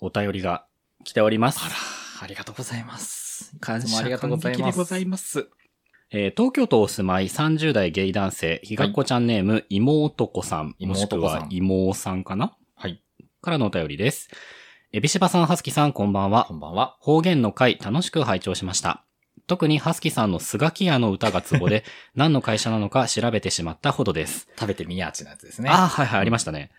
お便りが来ております。あら、ありがとうございます。感い謝つもありがとうございます感激でございます。えー東京都お住まい30代ゲイ男性、ひがっこちゃんネーム、妹子さん、もしく妹子さんは妹さんかなはい。からのお便りです。エビシバさん、ハスキさん、こんばんはこ。んばんは。方言の回、楽しく拝聴しました。特にハスキさんのスガキ屋の歌がツボ で、何の会社なのか調べてしまったほどです。食べてみやーちのやつですね。ああ、はいはい、ありましたね。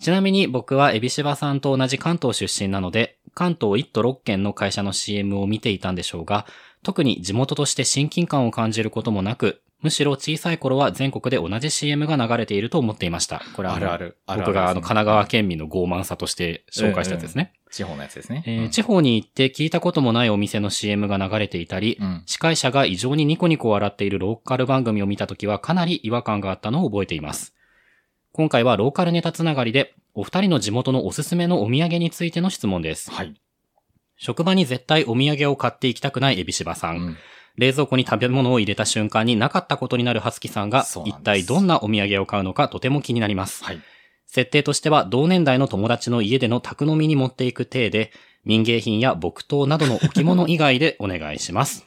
ちなみに僕はエビシバさんと同じ関東出身なので、関東1都6県の会社の CM を見ていたんでしょうが、特に地元として親近感を感じることもなく、むしろ小さい頃は全国で同じ CM が流れていると思っていました。これはあるある。るる僕があの神奈川県民の傲慢さとして紹介したやつですね。地方のやつですね。えーうん地方に行って聞いたこともないお店の CM が流れていたり、うん。司会者が異常にニコニコ笑っているローカル番組を見たときはかなり違和感があったのを覚えています。今回はローカルネタつながりで、お二人の地元のおすすめのお土産についての質問です。はい。職場に絶対お土産を買っていきたくないエビシバさ。うんん。冷蔵庫に食べ物を入れた瞬間になかったことになるハスキさんがそう、一なんです体どんなお土産を買うのかとても気になります。はい。設定としては同年代の友達の家での宅飲みに持っていく体で、民芸品や木刀などの置物以外でお願いし ます。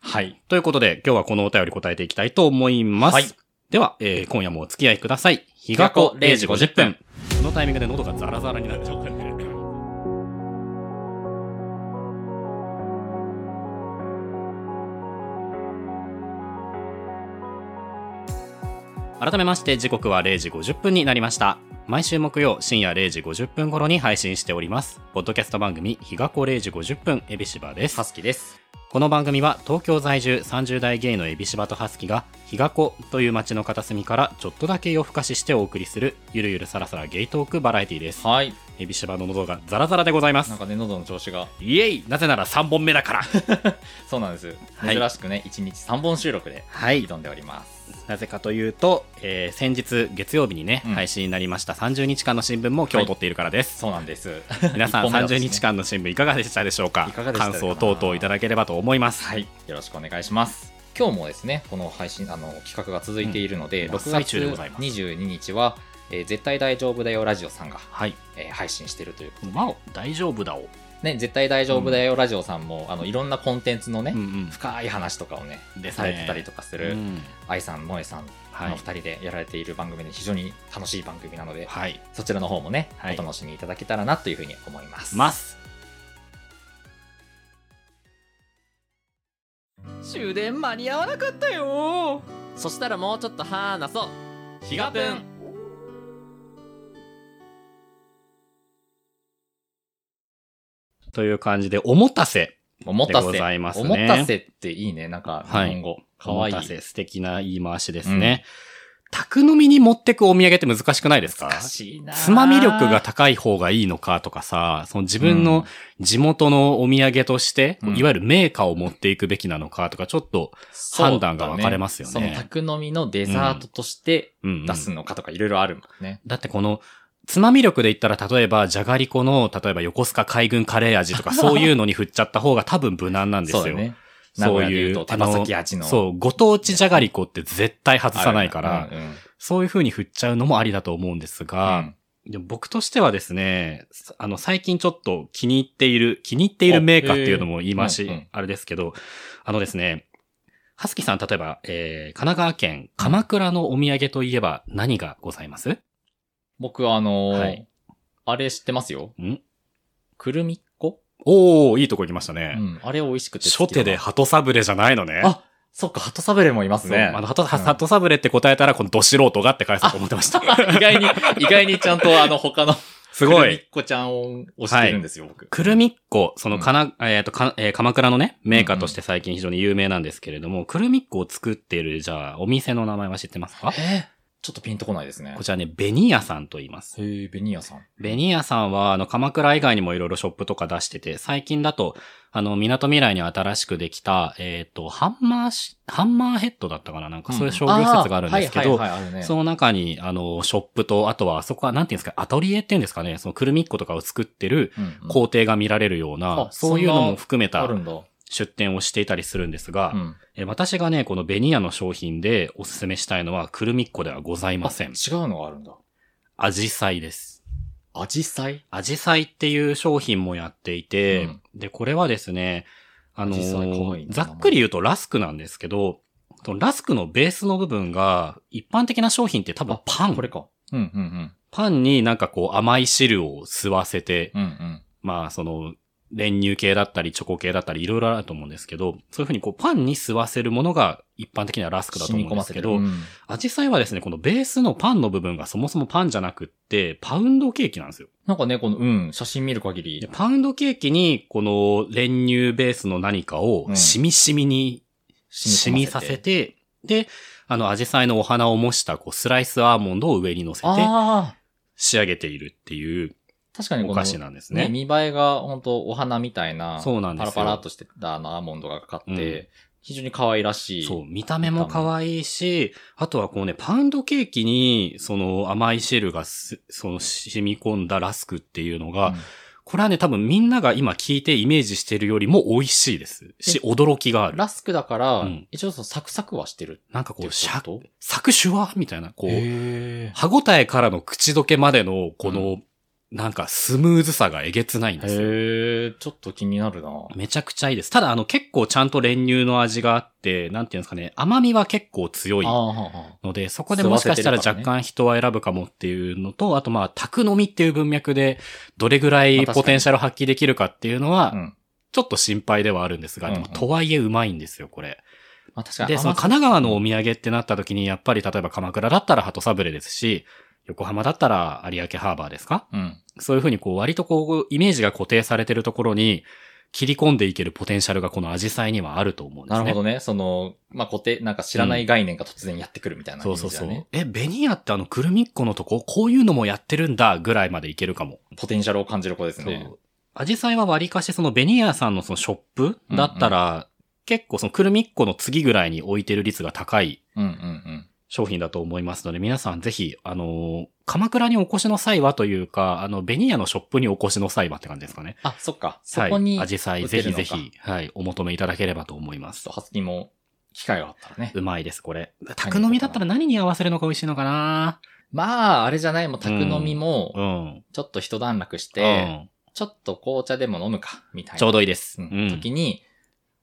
はい。ということで、今日はこのお便り答えていきたいと思います。はいでは、えー今夜もお付き合いください。日ががここ0 0時時50 50分分。このタイミングで喉がザラザラになっちゃうからね。改めまして時刻は0時50分になりました。毎週木曜深夜0時50分頃に配信しております。ポッドキャスト番組、日がこ0時50分、エビシバですサ。スキです。この番組は東京在住30代ゲイのエビシバとハスキが日が子という街の片隅からちょっとだけ夜更かししてお送りするゆるゆるさらさらゲイトークバラエティですはい。エビシバの喉がザラザラでございまなすんかね、喉の調子が。イエイなぜなら3本目だからそうなんです。はい珍しくね、1日3本収録ではい挑んでおります。 なぜかというと、えー先日月曜日にね、うん配信になりました30日間の新聞も今日はい撮っているからです、そうなん です。皆さん一本目だった30しね日。間の新聞いかがでしたでしょうかいかがでした感かな想等々いただければと思いますはい、よろしくお願いします。今日もですね、この配信、あの企画が続いているので、うん真っ6最月中でございます22日は、えー絶対大丈夫だよラジオさんが、はい、えー配信してるという。まあ大丈夫だお、ね、絶対大丈夫だよラジオさんも、あのいろんなコンテンツのね、うん深い話とかをね、ですねされてたりとかすうる、ん愛さん、萌えさん、あはのい2人でやられている番組で非常に楽しい番組なので、はいそちらの方もね、はいお楽しみいただけたらなというふうに思います。ます終電間に合わなかったよそしたらもうちょっと話そう日がぶんという感じで、おもたせ。おもたでごせ、ざいますおねもたせっていいね、なんか日本語、かわいいおもた。せ、素敵な言い回しですね。宅飲みに持ってくお土産って難しくないですか難しいなあつまみ力が高い方がいいのかとかさ、その自分の地元のお土産として、うんいわゆるメーカーを持っていくべきなのかとか、ちょっと、判断が分かれますよねそうだその宅飲みのデザートとしてうんうん出すのかとかいろいろあるもんね。だってこの、つまみ力で言ったら、例えば、じゃがりこの、例えば横須賀海軍カレー味 とか、そういうのに振っちゃった方が多分無難なんですよ。そうだね。名そ古う屋でい言ううと、、手先味の。そう、ご当地じゃがりこって絶対外あるさないから、うんうんそういう風に振っちゃうのもありだと思うんですが、でも僕としてはですね、あの、最近ちょっと気に入っている、気に入っているメーカーっていうのも言い回し、うんうんあれですけど、あのですね、はすきさん、例えば、えー、神奈川県鎌倉のお土産といえば何がございます、僕はあのーはいあれ知ってますよんくるみっこ、おー、いいとこ行きましたうね。ん、あれ美味しくて好初きだ手で鳩サブレじゃないのね。あ、そっか、鳩サブレーもいますそう、ね。あの、鳩、鳩サブレって答えたら、このど素人がって返そうと思ってました。 意外に、意外にちゃんとあの他の すごくるみいっ。こちゃんを推してるんですよ、僕。くるみっこ、そのかな、えっ、とか、えー鎌倉のね、メーカーとして最近非常に有名なんですけれども、くるみっこを作っている、じゃあ、お店の名前は知ってますかえーちょっとピンとこないですねこ。ちらね、ベニヤさんと言います。へーベニヤさん。ベニヤさんは、あの、鎌倉以外にもいろいろショップとか出してて、最近だと、あの、港未来に新しくできた、えっ、と、ハンマーし、ハンマーヘッドだったかななんかそういう商業施設があるんですけあーどは、いはいはい、あるね。その中に、あの、ショップと、あとは、そこは、なんていうんですか、アトリエっていうんですかね、そのくるみっことかを作ってるうんうん工程が見られるような、あそういうのも含めあたるんだ。う出店をしていたりするんですが、ん。え私がね、このベニヤの商品でおすすめしたいのは、くるみっこではございません。違うのがあるんだ。アジサイです。アジサイアジサイっていう商品もやっていて、うんで、これはですね、あのアジサイ可愛いなざっくり言うとラスクなんですけど、そのラスクのベースの部分が、一般的な商品って多分パン。これか。うんうんパンになんかこう甘い汁を吸わせて、うん。うんうん。まあその、練乳系だったりチョコ系だったりいろいろあると思うんですけど、そういうふうにこうパンに吸わせるものが一般的にはラスクだと思うんですけど、染み込まアジサイはですね、このベースのパンの部分がそもそもパンじゃなくって、パウンドケーキなんですよ。なんかね、この、うん、写真見る限でり、パウンドケーキに、この練乳ベースの何かをう、んしみしみに、しみさせて、で、あの、アジサイのお花を模した、こう、スライスアーモンドを上に乗せて、ああ、仕上げているっていう確かにこの、お菓子なんですね。ね、見栄えが本当お花みたいな、そうなんですパよラパラっとしてたあのアーモンドがかかって、う非常に可愛らしい。そう、見た目も可愛いし、あとはこうね、パウンドケーキに、その甘い汁がす、その、染み込んだラスクっていうのが、うんこれはね、多分みんなが今聞いてイメージしてるよりも美味しいです。し、驚きがある。ラスクだから、うん一応そのサクサクはしてるなんかってこ、いううシャこと作手はみたいな、こう、へ歯応えからの口どけまでの、こうの、なんかスムーズさがえげつないんえ。ですよ。へえ、ちょっと気になるな。めちゃくちゃいいです。ただ、あの、結構ちゃんと練乳の味があって、なんていうんですかね、甘みは結構強いああ、はあので、そこでもしかしたら若干人は選ぶかもっていうのと、あとまあ、宅飲みっていう文脈で、どれぐらまいあ確かにポテンシャル発揮できるかっていうのはう、ん。ちょっと心配ではあるんですが、でもうんうんとはいえうまいんですよ、これ。まあ確かに。で、その甘さ神奈川のお土産ってなった時に、やっぱり例えば鎌倉だったら鳩サブレーですし、横浜だったら有明ハーバーですかうん。そういうふうにこう割とこうイメージが固定されてるところに切り込んでいけるポテンシャルがこのアジサイにはあると思うんですなね。るほどね。その、まあ、固定、なんか知らない概念が突然やってくるみたいなイメそうージだそね。うそう。え、ベニヤってあのくるみっこのとここういうのもやってるんだぐらいまでいけるかも。ポテンシャルを感じる子ですそね。う。アジサイは割かしそのベニヤさんのそのショップだったら、結構そのくるみっこの次ぐらいに置いてる率が高いうんうんうん。商品だと思いますので、皆さんぜひ、あのー鎌倉にお越しの際はというか、あの、ベニヤのショップにお越しの際はって感じですかね。あ、そっか。そこに、はい。アジサイ売っぜてるひのかぜひ、はい、お求めいただければと思いまちすょっ。と初にも、機会があったらね。うまいです、これ。宅飲みだったら何に合わせるのが美味しいのかなまあ、あれじゃない、もう宅飲みうん。も、ちょっと一段落しうて、ん。ちょっと紅茶でも飲むか、みたいな。ちょうどどいいです。うん。時に、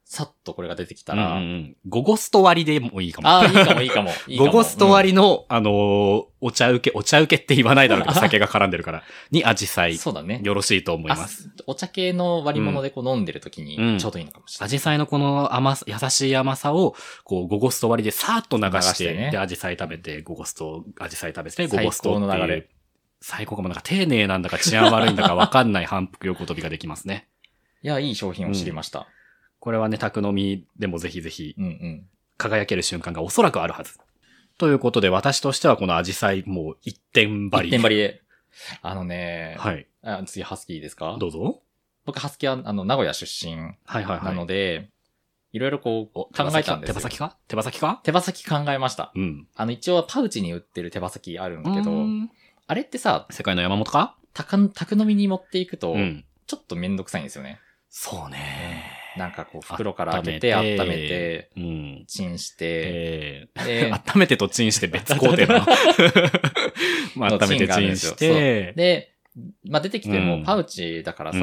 さっとこれが出てきたうんうんうら、ん午後スト割りでもいいかも。ああ、いいかも、いい かも。いいか午も後スト割りの、あのーお茶受け、お茶受けって言わないだろうけど、酒が絡んでるから、にアジサうんイ、そうだね。よろしいと思います。あお茶系の割り物でこう飲んでる時うに、んちょうどいいのかもしアれない。ジサイのこの甘さ、優しい甘さを、こう、ゴゴスト割りでさーっと流して、流してねで、アジサイ食べて、ゴゴスト、アジサイ食べて、ゴ最ゴストって高いう。の流れ最高かもなんか丁寧なんだか治安悪いんだかわかんない反復横跳びができますね。いや、いい商品を知りました。これはね、宅飲みでもぜひぜひうんうん。輝ける瞬間がおそらくあるはず。ということで、私としてはこのアジサイもう一点張り。一点張りで。あのね、はい。あ次ハスキーですかどうぞ。僕ハスキーはあの名古屋出身はいはいは。ないので、いろいろこうお考えたん手ですよ羽先か手羽先か手羽先考えました。うん。あの一応パウチに売ってる手羽先あるんだけどう、んあれってさ、世界の山本かたか宅飲みに持っていくとう、ん。ちょっとめんどくさいんですよね。そうね。なんかこう袋から開けて、温めて温めて、うん。チンして、えでー、温めてとチンして別工程 なの。まあ、温めてチンして、で、まあ出てきてうんもパウチだからうん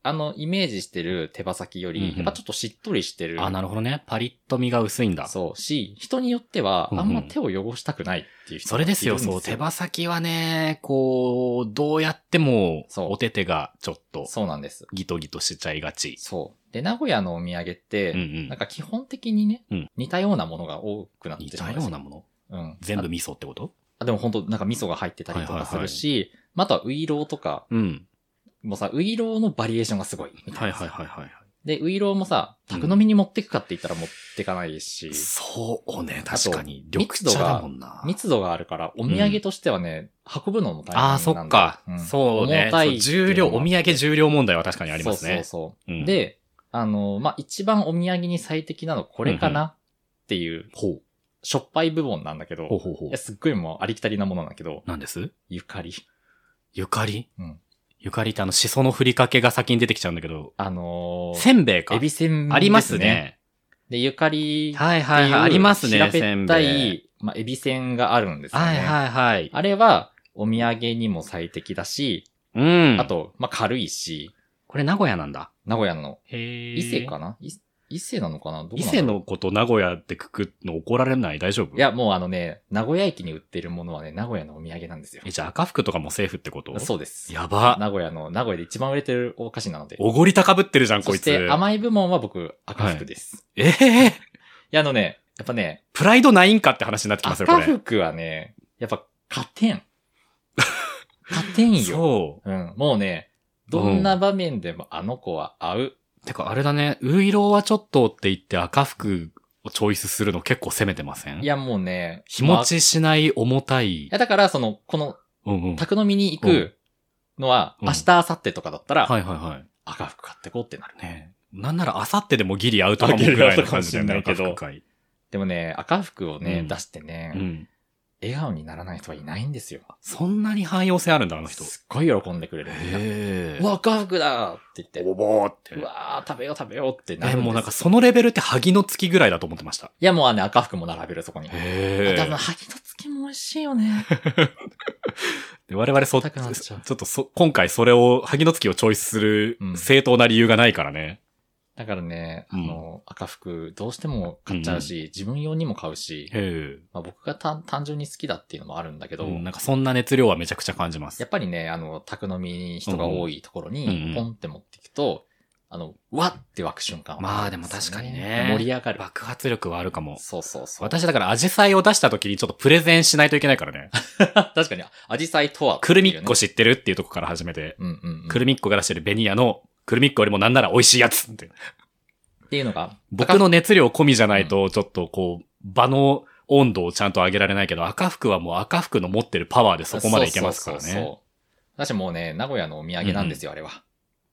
さ、あのイメージしてる手羽先ようんうりん、やっぱちょっとしっとりしてる。あ、なるほどね。パリッと身が薄いんだ。そそう。し、人によっては、うんうんあんま手を汚したくないっていう人れですよ、いるんそう。手羽先はね、こう、どうやっても、そうお手手がちょっと、そうなんです。ギトギトしちゃいがち。そう。で、名古屋のお土産っうんうて、んなん。か基本的にね、うん似たようなものが多くなって似しまたうんでよすうなものうん。全部あ。味噌ってことあでも本当なんか味噌が入ってたりとはいはかいすはいるし、またはウイローとか、うん。もうさ、ウイローのバリエーションがすごいみたはいいなはいはいはい。で、ウイローもさ、宅飲みに持ってくかって言ったら持ってかないし、そうね、あと確かに。緑密度茶がだもんな。密度があるから、お土産としてはね、運ぶのも大変なんだああ、そっか。んそうね。重たいそう重量、おっていうのもあって土産重量問題は確かにありますね。そうそうそう。うんで、あの、まあ、一番お土産に最適なのこれかなっていう、ほしょっぱい部門なんだけど、う。ほういほうほうや、。すっごいもうありきたりなものなんだけど、何ですゆかり。ゆかりうんゆかりってあの、しそのふりかけが先に出てきちゃうんだけど、あのーせんべいか。エビせんべい、あります。ね。で、ゆかりっていう、はいはいはい。ありますね、せ平べんったべい。い、まあ、エビせんがあるんですよね。はいはいはい。あれは、お土産にも最適だし、うん。あ、と、まあ、軽いし、これ名古屋なんだ。名古屋の、へえ。伊勢かな、い伊勢なのかなどう伊なんだろう勢のこと名古屋ってくくっの怒られない大丈夫いや、もうあのね、名古屋駅に売ってるものはね、名古屋のお土産なんですよえ、。じゃあ赤服とかもセーフってことそうです。やば。名古屋の、名古屋で一番売れてるお菓子なので。おごり高ぶってるじゃん、そこいしつ。て甘い部門は僕、赤服です。ええい、や、あのね、やっぱね、プライドないんかって話になってきますよ、こ赤れ。服はね、やっぱ、勝 てん。勝てんよ。。そうん。もうね、どんな場面でもあの子は合う。う。てか、あれだね、ウイローはちょっとって言って赤服をチョイスするの結構攻めてませんいや、もうね、日持いちしない重たい。や、だから、その、この、うんうん。宅飲みに行くのは、うん明日、明後日とかだったら、はいはいは赤服買ってこうってなる。い。ねなんならあさってでもギリアウトかもあギリぐらいアウトのか感もじしだれよね、ない赤けど服会。でもね、赤服をね、うん出してね、うん。笑顔にならない人はいないんですよ。そんなに汎用性あるんだ、あの人。すっごい喜んでくれる。へうわ、赤服だって言って、ボボーってうわー食べよう食べようってなえ、るんですもうなんかそのレベルって萩の月ぐらいだと思ってました。いや、もうあのね、赤服も並べる、そこに。へ多分、萩の月も美味しいよね。我々そ、食べたくなっちちょゃうっとそ、今回それを、萩の月をチョイスするうん正当な理由がないからね。だからね、うんあの、赤服、どうしても買っちゃうし、自分用にも買うし、へまあ、僕が単単純に好きだっていうのもあるんだけえ。ど、なんかそんな熱量はめちゃくちゃ感じます。やっぱりね、あの、宅飲みに人が多いところうんうんに、ポンって持っていくと、あの、うわって湧く瞬間はまあるんすよでも確かにね盛り上がる。爆発力はあるかも。そうそうそう。私だからアジサイを出した時にちょっとプレゼンしないといけないから ね。確かに、アジサイとはくるみっこし。知ってるっていうとこから始めて、うんうん、うん。くるみっこが出してるベニヤの、くるみっこよりもなんなら美味しいやつって。っていうのが、僕の熱量込みじゃないと、ちょっとこう、場の温度をちゃんと上げられないけど、赤服はもう赤服の持ってるパワーでそこまでいけますからそうそうそうね。そう私もうね、名古屋のお土産なんですよ、あれは。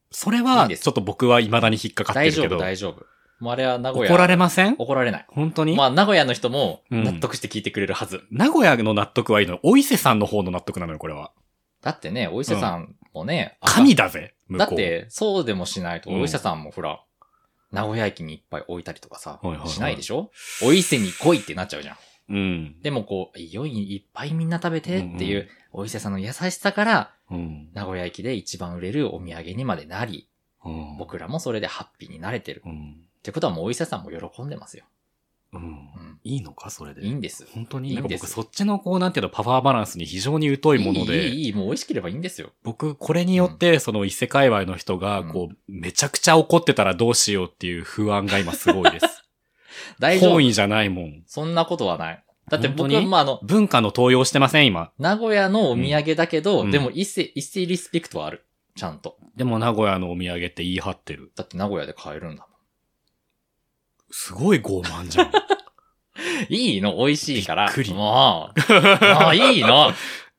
それいいは、んですちょっと僕は未だに引っかかって大る丈けど夫、、大丈夫。もうあれは名古屋。怒られません怒られない。本当にまあ、名古屋の人もうん納得して聞いてくれるはず。名古屋の納得はいいの。お伊勢さんの方の納得なのよ、これは。だってね、お医者さんもね、あ神だぜ、向こだう。って、そうでもしないと、うんお医者さんもほら、名古屋駅にいっぱい置いたりとかはさいはいは、いしないでしょお伊勢に来いってなっちゃうじゃん。うん。でもこう、良い、いっぱいみんな食べてっていうんう、お伊勢さんの優しさから、うん。名古屋駅で一番売れるお土産にまでなり、うん。僕らもそれでハッピーになれてる。うっん。てことはもうお医者さんも喜んでますよ。うんう。ん。いいのか、それで。いいんです。本当にいいなんんかです僕、そっちのこう、なんていうの、パワーバランスに非常に疎いもので、いい、いい、いいもう美味しければいいんですよ。僕、これによって、その、伊勢界隈の人が、こう、めちゃくちゃ怒ってたらどうしようっていう不安が今すごいです。 大丈夫本。意じゃないもん。そんなことはない。だって本僕当は、にまあ、あの、文化の登用してません、今。名古屋のお土産だけど、うんでも伊勢、伊勢リスペクトはある。ちゃんと。でも、名古屋のお土産って言い張ってる。だって名古屋で買えるんだもすごい傲慢 じゃん。ん。いいの美味しいから。びっくりもう、もういい の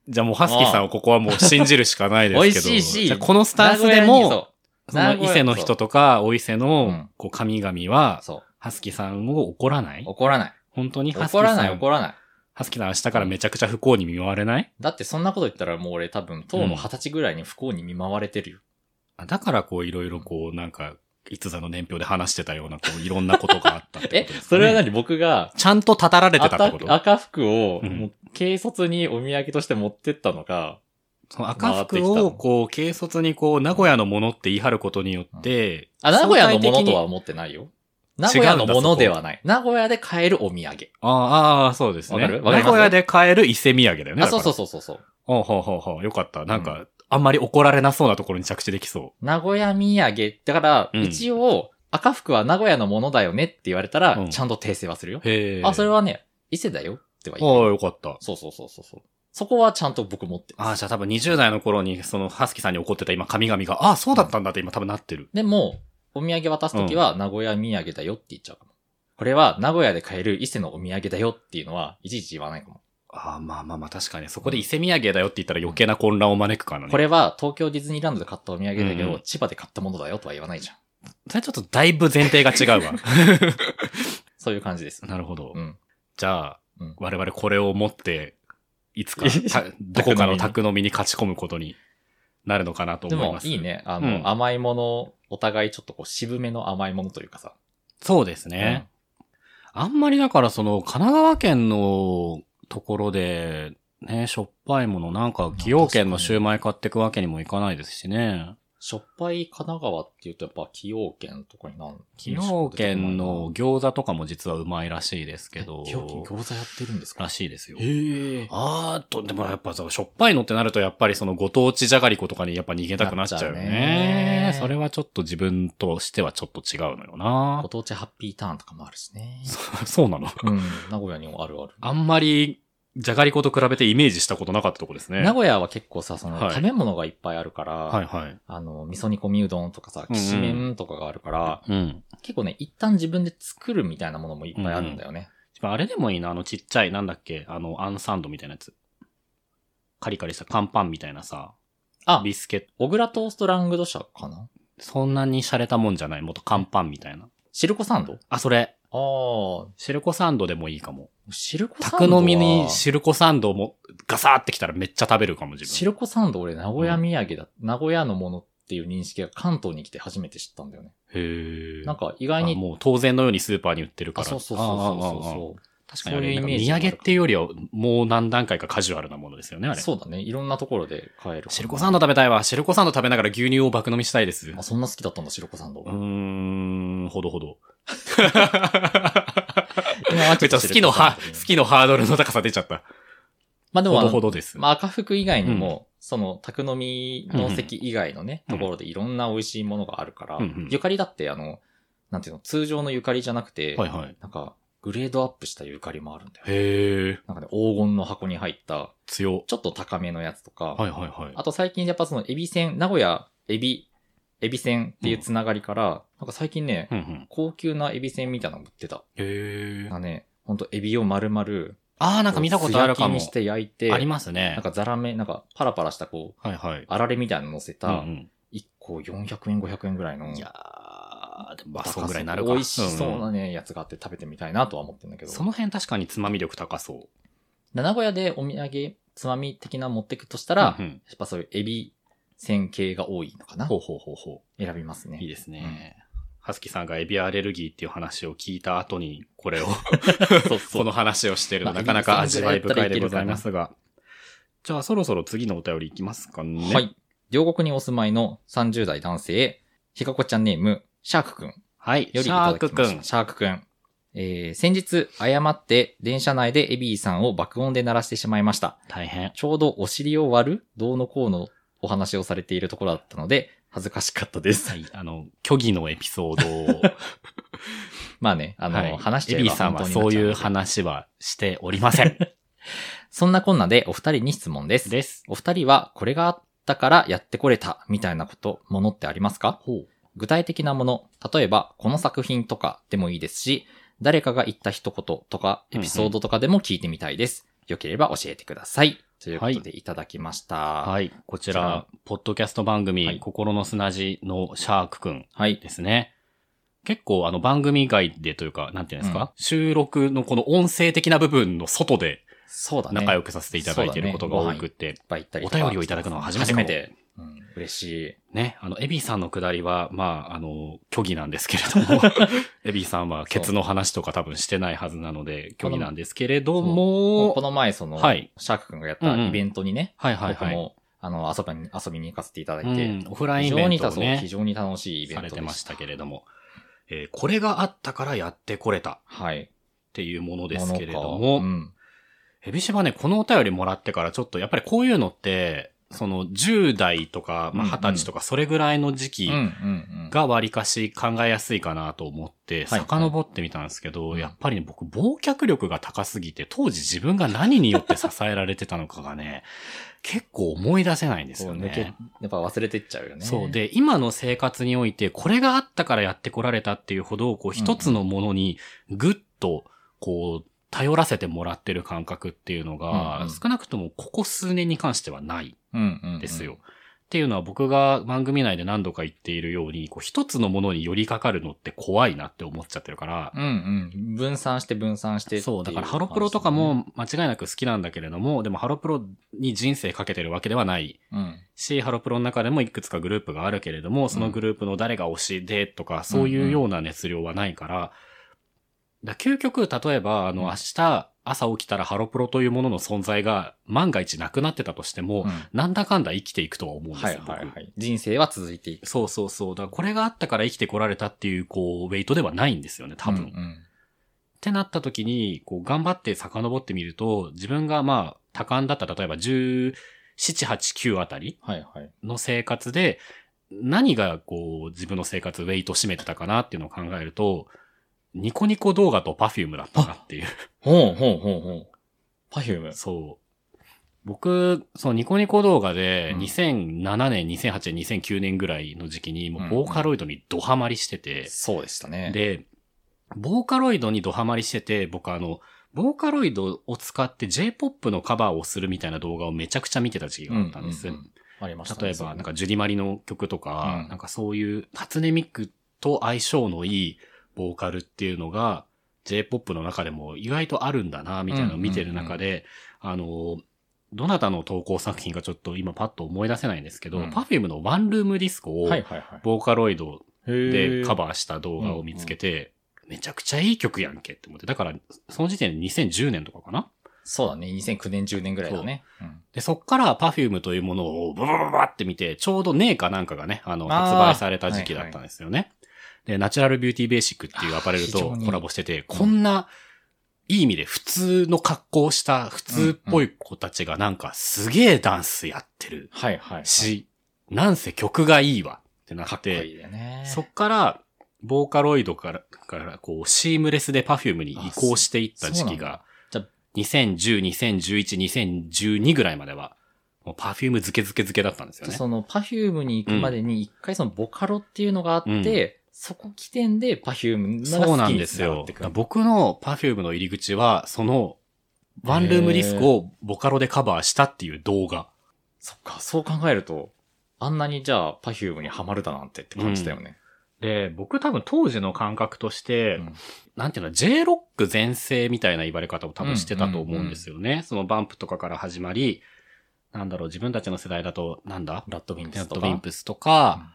じゃあもう、ハスキーさんをここはもう信じるしかないですけど。美味しいしじゃあこのスタンスで名古屋にも、そその名伊古屋勢の人とか、お伊勢うのん、こう、神々う。は、そ。ハスキーさんを怒らないう怒らない。本当にハスキ怒ーらさない、ん、怒らない。ハスキーさん明日からめちゃくちゃ不幸に見舞われないだってそんなこと言ったらもう俺多分、当の二十歳ぐらいに不幸に見舞われてるよ。あだからこう、いろいろこう、なんか、いつざの年表で話してたような、こう、いろんなことがあったってこと えです、ねそれは何僕が、ちゃんとたたられてたってこと赤赤服を、うんもう軽率にお土産として持ってったのか、その赤服回ってきたをのこう、軽率にこう、名古屋のものって言い張ることによって、あ、名古屋のもの相対的とには思ってないよ。名古屋のものではない。名古屋で買えるお土産。あーあー、そうですね。わかるわか名ります古屋で買える伊勢土産だよね。あ、そうそうう。そうそうそう。ほうほうほうほう。よかった。なんか、あんまり怒られなそうなところに着地できそ名古屋土産。だから、うん一応、赤服は名古屋のものだよねって言われたら、うんちゃんと訂正はするよう。。へえ。あ、それはね、伊勢だよってはああ言う。、よかった。そうそうそうそうそう。そこはちゃんと僕持ってあまあ、す。じゃあ多分20代の頃に、その、ハスキーさんに怒ってた今、神々が、ああ、そうだったんだって今多分なってる。でも、お土産渡すときは、名古屋土産だよって言っちゃうかも。これは名古屋で買える伊勢のお土産だよっていうのは、いちいち言わないかも。ああ、まあまあまあ、確かに。そこで伊勢土産だよって言ったら余計な混乱を招くからね。こ、れは東京ディズニーランドで買ったお土産だけど、うん千葉で買ったものだよとは言わないじゃん。それちょっとだいぶ前提が違うわ。そういう感じです。 なるほど。うん。じゃあ、うん我々これを持って、いつか、たどこかの宅飲みに勝ち込むことになるのかなとで思いもま、す。いい。ね。あの、うん甘いもの、お互いちょっとこう渋めの甘いものというかさ。そうですね。あんまりだからその、神奈川県のところで、ね、しょっぱいもの、なんか、崎陽軒のシューマイ買ってくわけにもいかないですしね。しょっぱい神奈川っていうとやっぱ崎陽軒とかになる。崎陽軒の餃子とかも実はうまいらしいですけえど、崎陽軒餃子やってるんですからしいですよ。へえ。あーっと、でもやっぱさ、しょっぱいのってなると、やっぱりそのご当地じゃがりことかにやっぱ逃げたくなっちゃうよね。なっちゃうねそれはちょっと自分としてはちょっと違うのよなご。当地ハッピーターンとかもあるしね。そうなの。うん。名古屋にもあるある。あんまり、じゃがりこと比べてイメージしたことなかったとこですね。名古屋は結構さ、その、はい食べ物がいっぱいあるから、はいはい。あの、味噌煮込みうどんとかさ、うんきうんしめんとかがあるから、うん。結構ね、一旦自分で作るみたいなものもいっぱいあるんだよね。あれでもいいな、あのちっちゃい、なんだっけ、あの、アンサンドみたいなやつ。カリカリした乾パンみたいなさ、あ、ビスケット。小倉トーストラングド社かなそんなに洒落たもんじゃない、もっと乾パンみたいな。シルコサンドあ、それ、ああ、シルコサンドでもいいかも。シルコサン宅ドは。飲みにシルコサンドもガサーってきたらめっちゃ食べるかも、自分。シルコサンド俺、名古屋土産だ、名古屋のものっていう認識が関東に来て初めて知ったんだよね。へえ。なんか、か意外に、もう当然のようにスーパーに売ってるかあ、ら。そうそうそうそうああああああそう。確かにあれ、そういうイなんメーかジ土産っていうよりはもう何段階かカジュアルなものですよね、あれ。そうだね。いろんなところで買える。シルコサンド食べたいわ。シルコサンド食べながら牛乳を爆飲みしたいです。あ、うそんな好きだったんだ、シルコサンド。ーん、ほどほど。今はめっちゃ好きのハ、好。きのハードルの高さ出ちゃった。まあでほもあどのほどです。まあ赤服以外にも、その、宅飲みの席以外のね、うんうんところでいろんな美味しいものがあるから、うんうんゆかりだって、あの、なんていうの、通常のゆかりじゃなくて、はいはい。なんか、グレードアップしたゆかりもあるんだよ。へえ、なんかね、黄金の箱に入った、強。ちょっと高めのやつとか、はいはいはい。あと最近やっぱその、エビせん、名古屋、エビ、エビせんっていうつながりから、なんか最近ね、うんうん。高級なエビせんみたいなの売ってた。へえな。んかね、ほんとエビを丸々、あー、なんか見たことあるか素も。焼きにして焼いて、ありますね。なんかザラメ、なんかパラパラしたこう、はいはい。あられみたいなの乗せたうんう、ん1個400円、500円ぐらいの、いやー、でも、高そうぐらいになるか。美味しそうんなね、やつがあって食べてみたいなとは思ってんだけど。その辺確かにつまみ力高そう。名古屋でお土産、つまみ的な持ってくとしたら、うんうやんっぱそういうエビ、線形が多いのかなほうほうほうほ選びますね。う。いいですね。はすきさんがエビアレルギーっていう話を聞いた後に、こ れを、そう そこう。の話をしてるの、まあなかなか味わい深いでございますが。じゃあ、そろそろ次のお便りいきますかね。は。い。両国にお住まいの30代男性、ひかこちゃんネーム、シャークくん。はい。シよりいャーただクきくましたん。シャークくん。えー、先日、誤って電車内でエビーさんを爆音で鳴らしてしまいました。大変。ちょうどお尻を割る、どうのこうのお話をされているところだったので、恥ずかしかったです。はい。あの、虚偽のエピソードを。まあね、あの、はい話しちエゃえビばさんは本当にそなっうちゃいのうで話はしておりませ ん。そんなこんなでお二人に質問です。です。お二人はこれがあったからやってこれたみたいなこと、ものってありますか具体的なもの、例えばこの作品とかでもいいですし、誰かが言った一言とかエピソードとかでも聞いてみたいです。よければ教えてください。ということでいただきました。はい。はい。こちこら、ポッドキャスト番組、はい心の砂地のシャークくんですね。結構あの番組外でというか、なんていうんですか、うん収録のこの音声的な部分の外でそうだね。仲いっ良くさせていただいていることがそうだ多ねくて、ぱい行ったりおとか便りをいただくのは初めてかも初めて。うん、嬉しい。ね、あの、エビさんのくだりは、まあ、あの、虚偽なんですけれど も、エビさんはケツの話とか多分してないはずなので、虚偽なんですけれどこも、の前、その、はいシャーク君がやっうんうたんイベントにね、はいはいは僕い。も、あの、遊びに、遊びに行かせていただいうて、ん、オフライン非イ常ベンにトを楽、ね非、常に楽しいイベンさトれてでした。ましたけれども、えーこれがあったからやってこれたっはい。ていうものですけれどものもかう、ん。エビシバね、このお便りもらってからちょっとやっぱりこういうのって、その10代とか、まあうんうん20歳とかそれぐらいの時期うん、うん、うん。が割りかし考えやすいかなと思って、はい遡ってみたんですけど、うんやっぱりね、僕、忘却力が高すぎて、当時自分が何によって支えられてたのかがね、結構思い出せないんですこうよ抜け、やねっ。ぱ忘れてっちゃうよね。そう。、で、今の生活において、これがあったからやってこられたっていうほど、こう、一つのものに、ぐっと、こう、頼らせてもらってる感覚っていうのうんがうん、少なくともここ数年に関してはないうん、うん。ですよ。。っていうのは僕が番組内で何度か言っているように、こう一つのものに寄りかかるのって怖いなって思っちゃってるから、うん、うん。分散して分散してっていそう、だからハロプロとかも間違いなく好きなんだけれども、でもハロプロに人生かけてるわけではないうん、し、ハロプロの中でもいくつかグループがあるけれども、そのグループの誰が推しでとか、そういうような熱量はないから、だから究極、例えば、あの、うん明日、朝起きたらハロプロというものの存在が万が一なくなってたとしても、うんなんだかんだ生きていくとは思うんですはよい、はい僕はい。人生は続いていく。そうそうそう。だからこれがあったから生きてこられたっていう、こう、ウェイトではないんですよね、多分。うんうんってなった時に、こう、頑張って遡ってみると、自分がまあ、多感だった、例えば17、8、9あたりはいはい。の生活で、何がこう、自分の生活、ウェイト占めてたかなっていうのを考えると、ニコニコ動画とパフュームだったなっていう。ほうほうほうほう。パフューム。そう。僕、そのニコニコ動画でうん2007年、2008年、2009年ぐらいの時期に、もううんボーカロイドにドハマりしてて、そうでしたね。で、ボーカロイドにドハマりしてて、僕あの、ボーカロイドを使って J-POP のカバーをするみたいな動画をめちゃくちゃ見てた時期があったんです。うううありましたね例えば、なんかジュリマリの曲とか、うんなんかそういう初音ミクと相性のいいボーカルっていうのが、J-POP の中でも意外とあるんだな、みたいなのを見てる中で、あの、どなたの投稿作品かちょっと今パッと思い出せないんですけど、うん Perfume のワンルームディスコをはいはいはい。ボーカロイドでカー。バーした動画を見つけて、めちゃくちゃいい曲やんけって思って、だからその時点で2010年とかかなそうだね。2009年、10年ぐらいだね。うんで、そっから Perfume というものをブブブブブって見て、ちょうどネーかなんかがね、あの、あー発売された時期だったんですよね。で、ナチュラルビューティーベーシックっていうアパレルあーと非常にコラボしてて、こんな、いい意味で普通の格好をした普通っぽい子たちがなんかすげえダンスやってるはいはいはい。し、なんせ曲がいいわってなかっっこて、いいよね。そっから、ボーカロイドから、からこう、シームレスで Perfume に移行していった時期が、そうなんだ2010、2011、2012ぐらいまでは、もう Perfume づけづけづけだったんですよね。その、パフュームに行くまでに、一回その、ボカロっていうのがあって、そこ起点でパフュームがそうな好きんにですなよって。くだるから僕の Perfume の入り口は、その、ワンルームディスクをボカロでカバーしたっていう動画。そっか、そう考えると、あんなにじゃあ、パフュームにはまるだなんてって感じだよね。で、僕多分当時の感覚として、うんなんていうの、J-ROCK 全盛みたいな言われ方を多分してたと思うんですよね。そのバンプとかから始まり、なんだろう、自分たちの世代だと、なんだラッドウィンプテナッスとトか。ビンプスとか、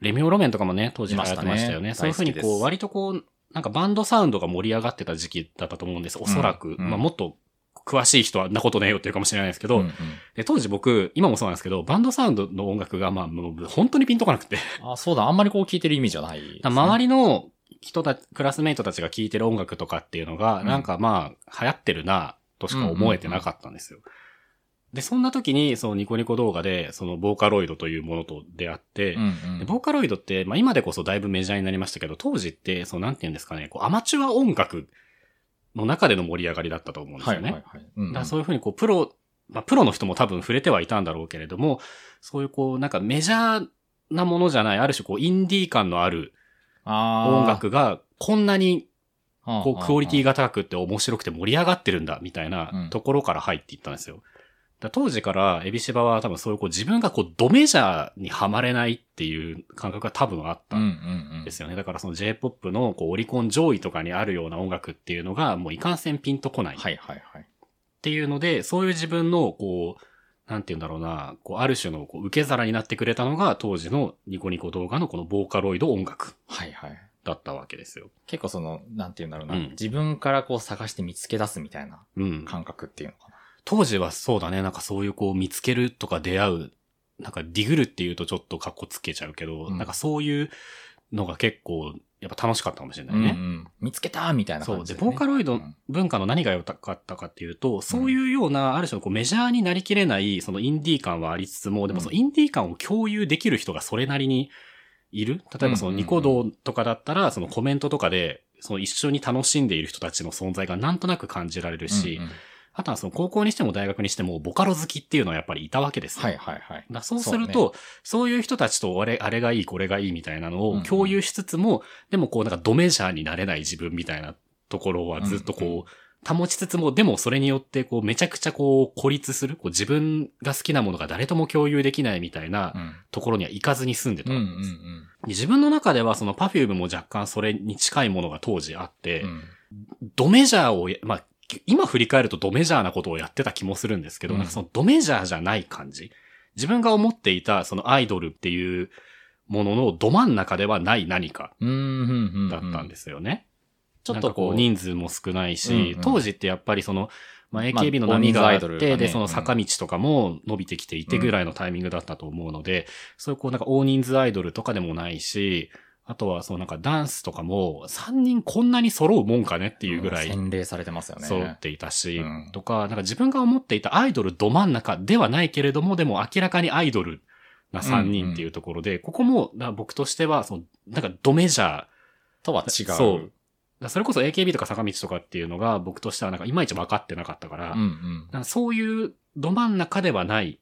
レミオロメンとかもね、当時流いま行しったてねましたよね。そういうふうに大好きでこう、す割とこう、なんかバンドサウンドが盛り上がってた時期だったと思うんです。おそらく。うんまあもっと詳しい人はんなことねえよっていうかもしれないですけど、うんうんで当時僕、今もそうなんですけど、バンドサウンドの音楽がまあもう本当にピンとこなくて。あ、そうだ、あんまりこう聞いてるイメージはないですね、だから周りの人たち、クラスメイトたちが聴いてる音楽とかっていうのが、うんなんかまあ、流行ってるな、としか思えてなかったんですよ。で、そんな時に、そのニコニコ動画で、そのボーカロイドというものと出会って、うんうでんボーカロイドって、まあ今でこそだいぶメジャーになりましたけど、当時って、そのなんて言うんですかね、こうアマチュア音楽の中での盛り上がりだったと思うんですはいよね。はいはい。うんうんだからそういうふうにこう、プロ、まあ、プロの人も多分触れてはいたんだろうけれども、そういうこう、なんかメジャーなものじゃない、ある種こう、インディー感のある音音、楽が、こんなにこう、クオリティが。が高くて面白くて盛り上がってるんだ、みたいなところから入っていったんですよ。だ当時から、エビシバは多分そういうこう、自分がこう、ドメジャーにはまれないっていう感覚が多分あったうんうんんうんですよね。だからその J-POP のこう、オリコン上位とかにあるような音楽っていうのが、もういかんせんピンとこない。はいはいはい。っていうので、そういう自分の、こう、なんて言うんだろうな、こう、ある種のこう受け皿になってくれたのが、当時のニコニコ動画のこのボーカロイド音楽はいはい。だったわけですよ。結構その、なんて言うんだろうな、うん自分からこう探して見つけ出すみたいなうん。感覚っていうのかな。当時はそうだね、なんかそういうこう、見つけるとか出会う、なんかディグルっていうとちょっと格好つけちゃうけど、うんなんかそういうのが結構、やっぱ楽しかったかもしれないうんうね。ん見つけたみたいなそ感う。じで、で、ボーカロイうドん文化の何が良かったかっていうと、そういうような、ある種のこうメジャーになりきれない、そのインディー感はありつつも、でもうんそのインディー感を共有できる人がそれなりにいる。例えばそのニコ動とかだったら、そのコメントとかで、その一緒に楽しんでいる人たちの存在がなんとなく感じられるし、うんうんあとはその高校にしても大学にしても、ボカロ好きっていうのはやっぱりいたわけですよ。はいはいはい。だそうすると、そういう人たちとあれ、あれがいい、これがいいみたいなのうんをうん共有しつつも、でもこうなんかドメジャーになれない自分みたいなところはずっとうんこう、保ちつつも、でもそれによってこうめちゃくちゃこう孤立する、こう自分が好きなものが誰とも共有できないみたいなうんところには行かずに住んでたうんわうけんです。自分の中ではその Perfume も若干それに近いものが当時あって、うんうんドメジャーをや、まあ、今振り返るとドメジャーなことをやってた気もするんですけど、うんなんかそのドメジャーじゃない感じ。自分が思っていたそのアイドルっていうもののど真ん中ではない何かうんうんうんうんだったんですよね。ちょっとこなんかこうう人数も少ないし、うんうん当時ってやっぱりその、まあ、まあ AKB の波があって、大人数アイドルがねで、その坂道とかも伸びてきていてぐらいのタイミングだったと思うので、そういうこうなんか大人数アイドルとかでもないし、あとはそのなんかダンスとかも3人こんなに揃うもんかねっていうぐらい洗礼されてますよね。揃っていたし、うんとか、なんか自分が思っていたアイドルど真ん中ではないけれども、でも明らかにアイドルな3人っていうところで、ここもな僕としては、その、なんかドメジャー、とは違う。そうだからそれこそ AKB とか坂道とかっていうのが僕としてはなんかいまいち分かってなかったから、うんうん。なんかそういうど真ん中ではない。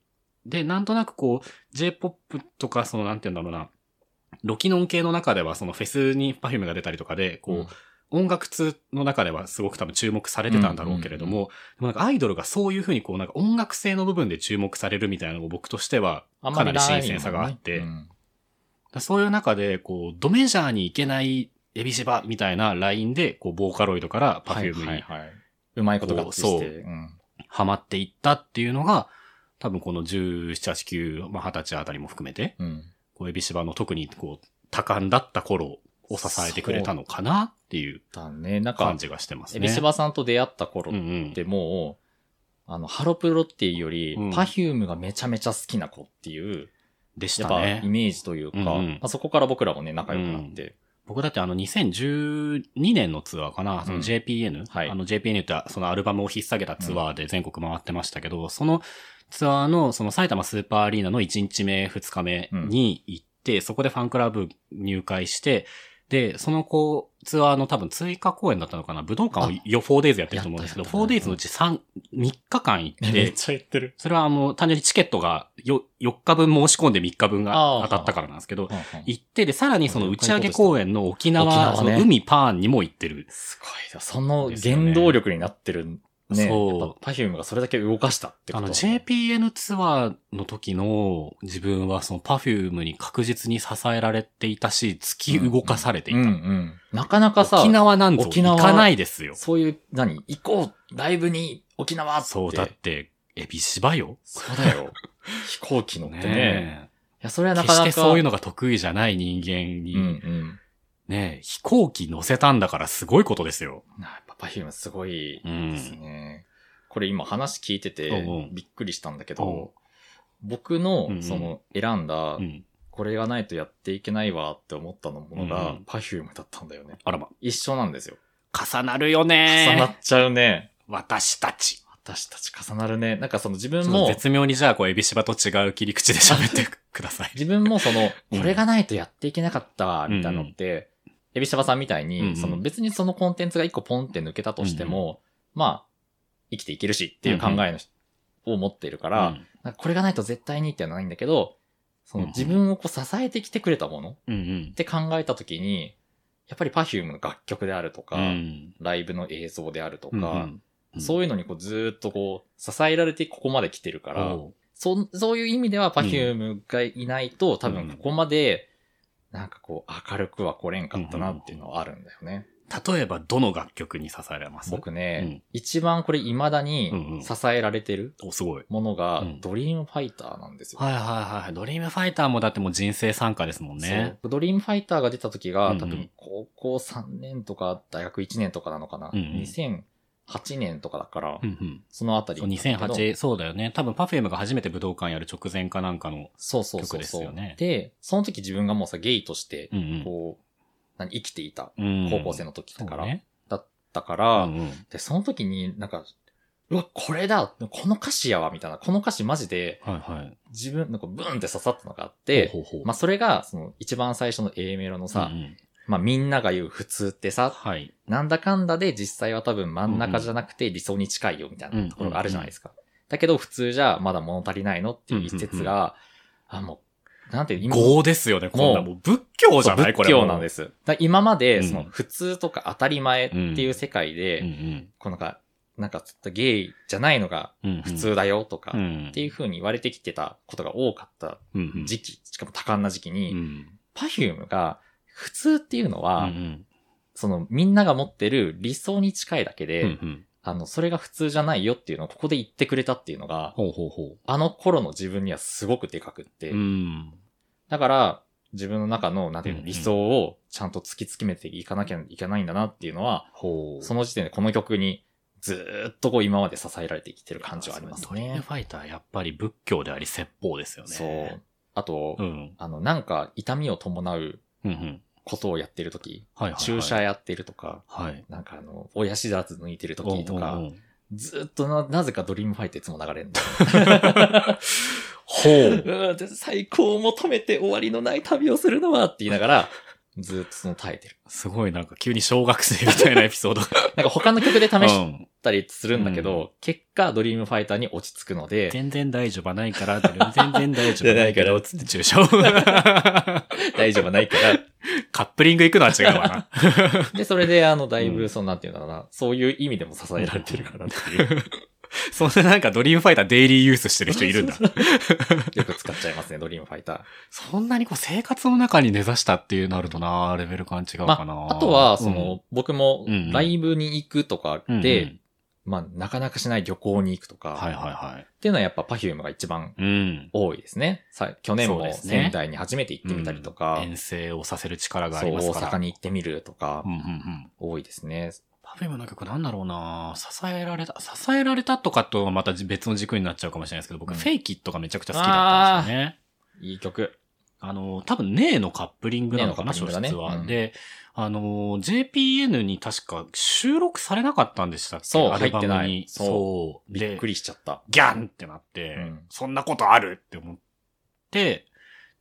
で、なんとなくこう、J-POP とか、その、なんて言うんだろうな、ロキノン系の中では、そのフェスに Perfume が出たりとかで、こう、音楽通の中ではすごく多分注目されてたんだろうけれども、でもなんかアイドルがそういうふうにこうなんか音楽性の部分で注目されるみたいなのを僕としてはあんかまなりりないもん新ね鮮さがあって、うんそういう中でこうドメジャーに行けないエビシバみたいなラインでこうボーカロイドからパフュームはいにはいはい。うまいこと合致こしうそて。ううんハマっていったっていうのが多分この17、8、9、まあ、20歳あたりも含めてうん。こうエビシバの特にこう多感だった頃を支えてくれたのかなっていうだね。なんか感、じがしてますエね。ビシバさんと出会った頃うんうっんてもう、あの、ハロプロっていうより、うんパフュームがめちゃめちゃ好きな子っていう、でしやったぱねイ。メージというか、うんうんまあ、そこから僕らもね、仲良くなって、僕だってあの2012年のツアーかな、そのうん JPN、はいあの JPN ってそのアルバムを引っ提げたツアーで全国回ってましたけど、そのツアーのその埼玉スーパーアリーナの1日目、2日目に行って、そこでファンクラブ入会して、で、そのこう、ツアーの多分追加公演だったのかな、武道館をよ 4days やってると思うんですけど、やったやった 4days のうち3、3日間行っめてっ、ちゃ言ってる。それはあの、単純にチケットがよ4日分申し込んで3日分が当たったからなんですけど、行って、で、さらにその打ち上げ公演の沖沖縄、縄ねその海パーンにも行ってる。すごいな。そのですよね原動力になってるね。そうパフュームがそれだけ動かしたってこあと。の、JPN ツアーの時の自分はその Perfume に確実に支えられていたし、突き動かされていうんうた。ん。なかなかさ、沖縄なんぞ沖行縄かないですよ。そういう、何行こうライブに沖縄って。そう、だって、エビ芝よ。そうだ よ。飛行機乗ってね。ねいや、それはえな決かなか。してそういうのが得意じゃない人間うんうに、ん。ねえ飛行機乗せたんだからすごいことですよ。なやっぱパフュームすごいうですん。ね。これ今話聞いててうんうんびっくりしたんだけうんど、うん僕うんのその選んだう、ん。これがないとやっていけないわって思ったのものうがん Perfume だったんだよね。あらま。一緒なんですよ。重なるよ重なねっちゃうね。私たち。私たち重なるね。なんかその自分ちょっとも、絶妙にじゃあ、こう、エビシバと違う切り口で喋ってください。自分もその、 うんこれがないとやっていけなかったわ、みたいなのって、エビシャバさんみたいに、うんうんその別にそのコンテンツが一個ポンって抜けたとしても、まあ、生きていけるしっていう考えの人を持っているから、なんかこれがないと絶対にっていうのはないんだけど、そうんのうん自分をこう支えてきてくれたものっうんうん。て考えたときに、やっぱり Perfume の楽曲であるとか、うんライブの映像であるとか、うんうんそういうのにこうずーっとこう、支えられてここまで来てるから、おうそそういう意味では Perfume がいないと、多うん分ここまで、なんかこう、明るくは来れんかったなっていうのはあるんだよね。例えば、どの楽曲に支えられます僕うんね、一番これ未だうんうんに支えられてるお、すごい。ものがうん、ドリームファイターなんですよ。はいはいはい。ドリームファイターもだってもう人生参加ですもんね。そう。ドリームファイターが出た時が、うんうん多分高校3年とか大学1年とかなのかな。うんうん2008年とかだから、うんうん。そのあたり。そう2008、そうだよね。多分、パフェムが初めて武道館やる直前かなんかの。そうそうそ曲うですそうよねで、その時自分がもうさ、ゲイとして、んこう、何生きていたうん。うん高校生の時だかそら、うねだったかうら、んうん。で、その時になんか、うわ、これだこの歌詞やわみたいな、この歌詞マジではいはい。自分、なんかブーンって刺さったのがあって、ほうほうほうまあそれが、その一番最初の A メロのさ、うんうんまあみんなが言う普通ってさ、はい。なんだかんだで実際は多分真ん中じゃなくて理想に近いよみたいなところがあるじゃないですか。だけど普通じゃまだ物足りないのっていう一節が、あ、もう、なんていう、今業ですよね、こんな。ももう仏教じゃない仏これ。教なんですす。だから今まうで、んその普通とか当たり前っていう世界で、うんうんこうなんか、なんかちょっとゲイじゃないのがうんうん。普通だよとか、っっていう風に言われてきてたことが多かったうん時期、しかも多感な時期うんうに、んパフュームが普通っていうのうは、んそのみんなが持ってる理想に近いだけで、うんうんあの、それが普通じゃないよっていうのをここで言ってくれたっていうのが、ほうほうほあの頃の自分にはすごくでかくって。う。うん。だから、自分の中の、なんていううの、んうん理想をちゃんと突き詰めていかなきゃいけないんだなっていうのは、ほその時点でこの曲にずーっとこう今まで支えられてきてる感じはありますトリねフ。ァイターやっぱり仏教であり説法ですよね。そう。。あと、うん。あの、なんか痛みを伴ううんうん。ことをやってるとき、はいはい、はい。注射やってるとか、はい。なんかあの、親知らず抜いてるときとか、うんうんう んずーっとな、なぜかドリームファイトいつも流れるんだよ。ほう。うん で最高を求めて終わりのない旅をするのはって言いながら、ずーっとその耐えてる。すごいなんか急に小学生みたいなエピソードが。なんか他の曲で 試しん、たりするんだけど、う結果ドリームファイターに落ち着く ので、全然大丈夫はないから、全然大丈夫はないかじゃ なら、いからつって注射を。カ大丈夫はないから。 ップリング行くのは違うわな。 で、それであの、だいうぶ、んその、なんていうのかな、そういう意味でも支えられてるからっていう。 そんななんかドリームファイターデイリーユースして る人いるんだ。よく使っちゃいますね、ドリームファイター。そんなにこう生活の中に根ざしたっていうなるとな、レベル感違うまかな。あ、あとは、その、僕もうんうんライブに行くとかうん、で、うんまあ、なかなかしない旅行に行くとか、うんはいはいはい。っていうのはやっぱ Perfume が一番うん。多いですね。さ去年そうもですね仙台に初めて行ってみたりとか、遠征をさせる力があそりうます大から。阪に行ってみるとかうん、うんうん。多いですね。パフェムの曲なんだろうな支えられた、支えられたとかとはまた別の軸になっちゃうかもしれないですけど、僕、うんフェイキットがめちゃくちゃ好きだったんですよね。いい曲。あの、多分、ねえのカップリングなのかな、ねえの小カップリン説グだねは。うんで、あの、JPN に確か収録されなかったんでしたっけそうアルバムに入ってないそうそう。びっでく、りしちゃった。ギャンってなって、うんそんなことあるって思って、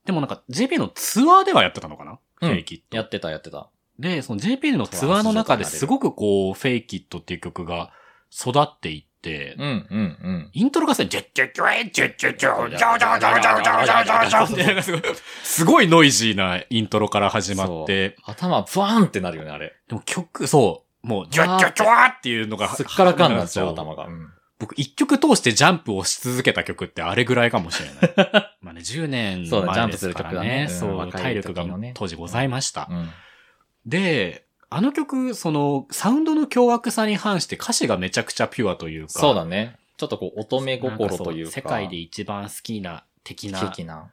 でもなんか JPN のツアーではやってたのかな、うんフェイキット。やってた、やってた。で、その JPN のツアーの中ですごくこう、フェイキットっていう曲が育っていって、うん、うん、うん。イントロがさ、ジェッジェッジェッジェッジェッジェッジェッジェッジェッジェッジェッジェッジェッジェッってなんかすごい、すごいノイジーなイントロから始まって、頭、ブワーンってなるよね、あれ。でも曲、そう、もう、ジェッジェッジェッっていうのが、すっからかんなっちゃう、そう頭が。うん僕、一曲通してジャンプをし続けた曲ってあれぐらいかもしれ ない。まあね、10年そうだ前ですからね。ジャンプする曲だねうんそう、若い体力が時のね当時ございました。うんで、あの曲、その、サウンドの凶悪さに反して歌詞がめちゃくちゃピュアというか。そうだね。ちょっとこう、乙女なんか心そうというか。世界で一番好きな的な、的な。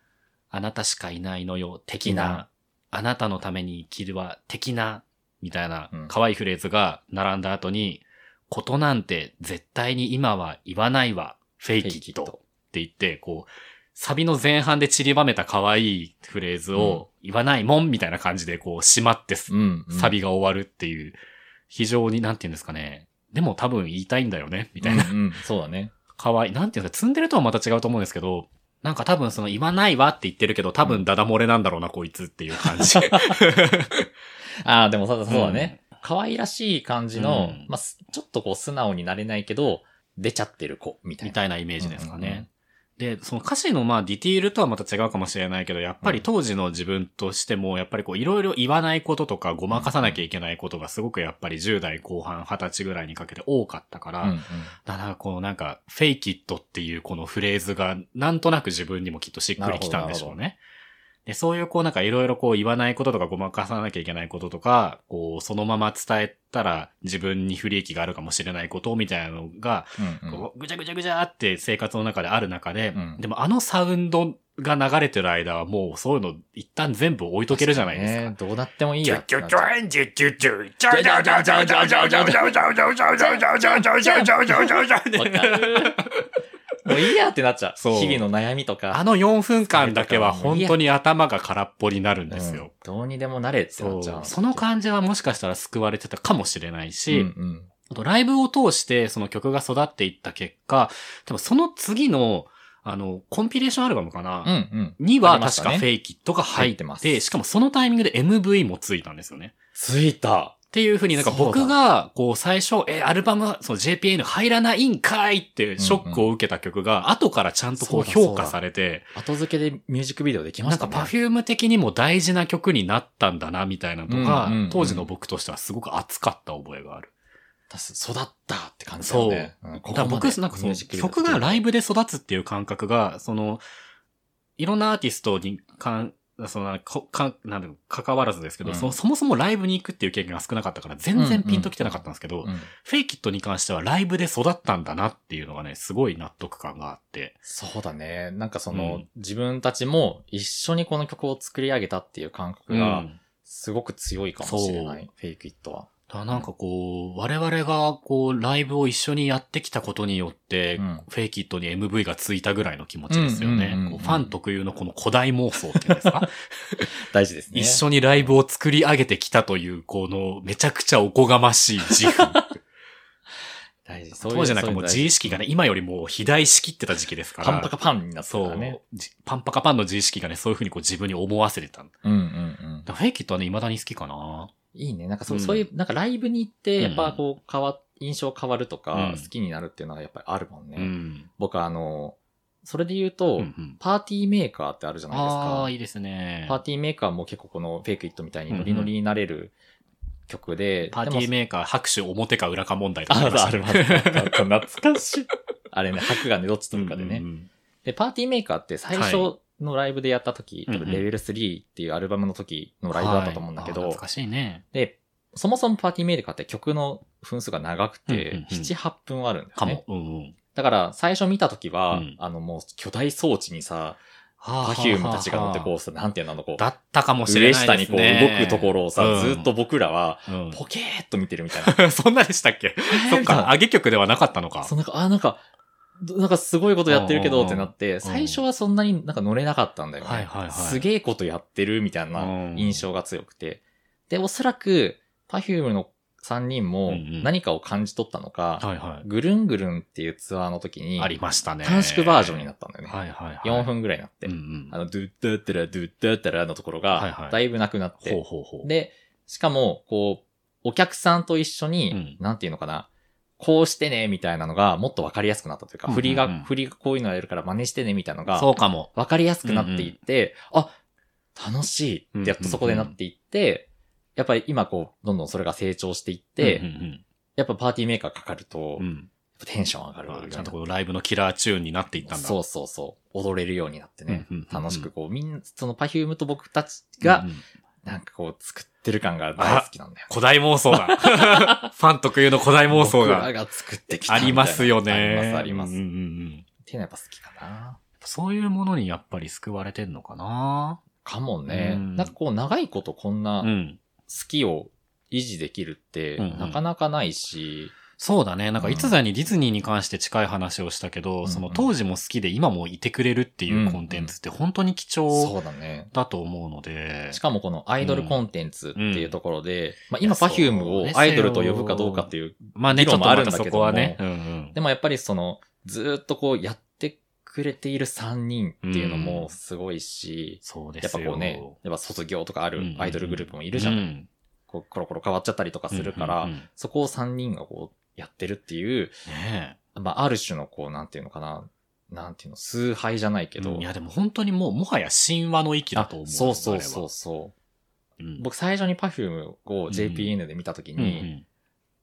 あなたしかいないのよ、的的なな、あなたのために生きるは、的な、みたいなうん、可愛いフレーズが並んだ後に、ことなんて絶対に今は言わないわ、フェイキット。って言って、こう、サビの前半で散りばめた可愛いフレーズを言わないもんみたいな感じでこう締まってすうん、うん。サビが終わるっていう、非常になんて言うんですかね。でも多分言いたいんだよねみたいな。うんうん、そう だね。可愛い。なんていうんですか、積んでるとはまた違うと思うんですけど、なんか多分その言わないわって言ってるけど、多分ダダ漏れなんだろうな、こいつっていう 感じ。ああ、でもそうだそうだね。可愛らしい感じの、うんまあ、すちょっとこう素直になれないけど、出ちゃってる子、みたいみな。たいなイメージですかうんうんね。で、その歌詞のまあディティールとはまた違うかもしれないけど、やっぱり当時の自分としても、やっぱりこういろいろ言わないこととかごまかさなきゃいけないことがすごくやっぱり10代後半、20歳ぐらいにかけて多かったから、うんうんだからこのなんか、フェイキットっていうこのフレーズがなんとなく自分にもきっとしっくりきたんでしょうなるほどね。で、そういうこうなんかいろいろこう言わないこととかごまかさなきゃいけないこととか、こうそのまま伝えたら自分に不利益があるかもしれないことみたいなのが、うんうんこうぐちゃぐちゃぐちゃって生活の中である中で、うんでもあのサウンドが流れてる間はもうそういうの一旦全部置いとけるじゃないですか。ねどうなってもいいやってなっちゃう。わもういいやってなっちゃう。そう日々の悩みとか。あの4分間だけは本当に頭が空っぽになるんうんですよ。どうにでもなれってなっちゃ。そううその感じはもしかしたら救われてたかもしれないし、うんうんあとライブを通してその曲が育っていった結果、多分その次の、あの、コンピレーションアルバムかな、うんうん。にあはりまし確たねかフェイキットが入ってま入す。ってますしかもそのタイミングで MV もついたんですよね。ついた。っていうふうになんかそうだ僕が、こう最初、え、アルバムは、その JPN 入らないんかいってショックを受けた曲が、後からちゃんとこうそうだ評価されて、後付けでミュージックビデオできまなんしたかね。パフューム的にも大事な曲になったんだな、みたいなのがうんうんうん、当時の僕としてはすごく熱かった覚えがある。育ったって感じだよね。うんこだからこま僕で、なんかそのミュージックビデオ曲がライブで育つっていう感覚が、その、いろんなアーティストにかんそのこかなんだろう関わらずですけど、うんそ、そもそもライブに行くっていう経験が少なかったから、全然ピンときてなかったんですけど、うんフェイキットに関してはライブで育ったんだなっていうのがね、すごい納得感があって。そうだね。なんかその、うん自分たちも一緒にこの曲を作り上げたっていう感覚が、すごく強いかもしれない。フェイクイットは。だからなんかこう、我々がこう、ライブを一緒にやってきたことによって、うんフェイキットに MV がついたぐらいの気持ちですようんうんうんねう。んこうファン特有のこの古代妄想っていうん ですか、大事ですね。一緒にライブを作り上げてきたという、この、めちゃくちゃおこがましい 自負。大事。当時なんかもう自意識がね、ね、今よりも肥大しきってた時期ですから。パンパカパンになってたそからう、ね。じパンパカパンの自意識がね、そういう風にこう自分に思わせてた。だかうんうんうん。らフェイキットはね、未だに好きかな。いいね。なんかそう,、うんそういう、なんかライブに行って、うんうやんっぱこう、変わ、印象変わるとか、うん好きになるっていうのがやっぱりあるもんね。うん。僕あの、それで言うと、うんうんパーティーメーカーってあるじゃないですか。ああ、いいですね。パーティーメーカーも結構このフェイクイットみたいにノリノリになれる曲で。パーティーメーカー、拍手表か裏か問題とかーカーありるま あしたねるあるある。 懐かしい。あれね、拍がね、どっち取るかでね。うんうんで、パーティーメーカーって最初のライブでやった時、多分レベル3っていうアルバムの時のうんライブだったと思うんだけど、はいあー懐かしいね。で、そもそもパーティーメーカーって曲の分数が長くて、うんうんうん7、8分あるんだよかね。も。うんうん。だから、最初見た時は、うんあの、もう巨大装置にさ、はパフュームたちが乗ってこう。うさ、なんていうのあの、こう、だったかもしれ上な下いでにすこうね。動くところをさ、うんずっと僕らは、うんポケーっと見てるみたいな。そんなでしたっ け そっか、上げ曲ではなかったのか。そうなんか、あ、なんか、どなんかすごいことやってるけうんどうんってなって、最初はそんなになんか乗れなかったんだよね。はいはいはいすげえことやってるみたいなうん印象が強くて。で、おそらく、Perfume の3人もうんうん何かを感じ取ったのか、はいはぐるんぐるんっていうツアーの時い。に、ありましたね。短縮バージョンになったんだよね。はいはいはい。 4分ぐらいになって。うんうん。あの、ドゥッダッタラ、ドゥッダッタラのところはいはが、いだいぶなくなって、ほうほうほう。で、しかも、こう、お客さんと一緒に、なんていうのかな、こうしてね、みたいなのが、もっとわかりやすくなったというか、うんうんうん振りが、振りがこういうのやるから真似してね、みたいなのそが、うかも。わかりやすくなっていって、あ、楽しいってやっとそこでなっていって、やっぱり今こう、どんどんそれが成長していって、うんうんやっぱパーティーメーカーかかるとうん、うんテンション上がるわけちゃんとこのライブのキラーチューンになっていったんだ。そうそうそう。踊れるようになってねうんうん。うん楽しくこう、みんな、その Perfume と僕たちがうん、うんなんかこう、作ってる感が大好きなんだよ。古代妄想だ。 ファン特有の古代妄想僕らがが作ってきたあみたいなりますよね。あります、あります。うんうんっうんていうのはやっぱ好きかな。そういうものにやっぱり救われてんのかな。かもね。うんなんかこう、長いことこんなう好ん。きを維持できるって、うんうんなかなかないし、そうだね。なんか、いつだにディズニーに関して近い話をしたけど、うんその当時も好きで今もいてくれるっていうコンテンツって本当に貴重そうだね。だと思うので。しかもこのアイドルコンテンツっていうところで、まあいや今そう Perfume をアイドルと呼ぶかどうかっていう、まあね、議ちょっ論ともあまるたんだけどそもこはね。うんうんでもやっぱりその、ずーっとこうやってくれている3人っていうのもすごいし、そうでやっすぱよ。こうね、やっぱ卒業とかあうんるうんアイドルグループもいるじゃない、うんこうコロコロ変わっちゃったりとかするから、うんうんうんねそこを3人がこうやってるっていう、えまあある種のこうなんていうのかな、なんていうの、崇拝じゃないけど、うんいや、でも本当にもう、もはや神話の域だあと思う。そうそうそうそう。あれは。うん僕最初に Perfume を JPN で見たときに、うん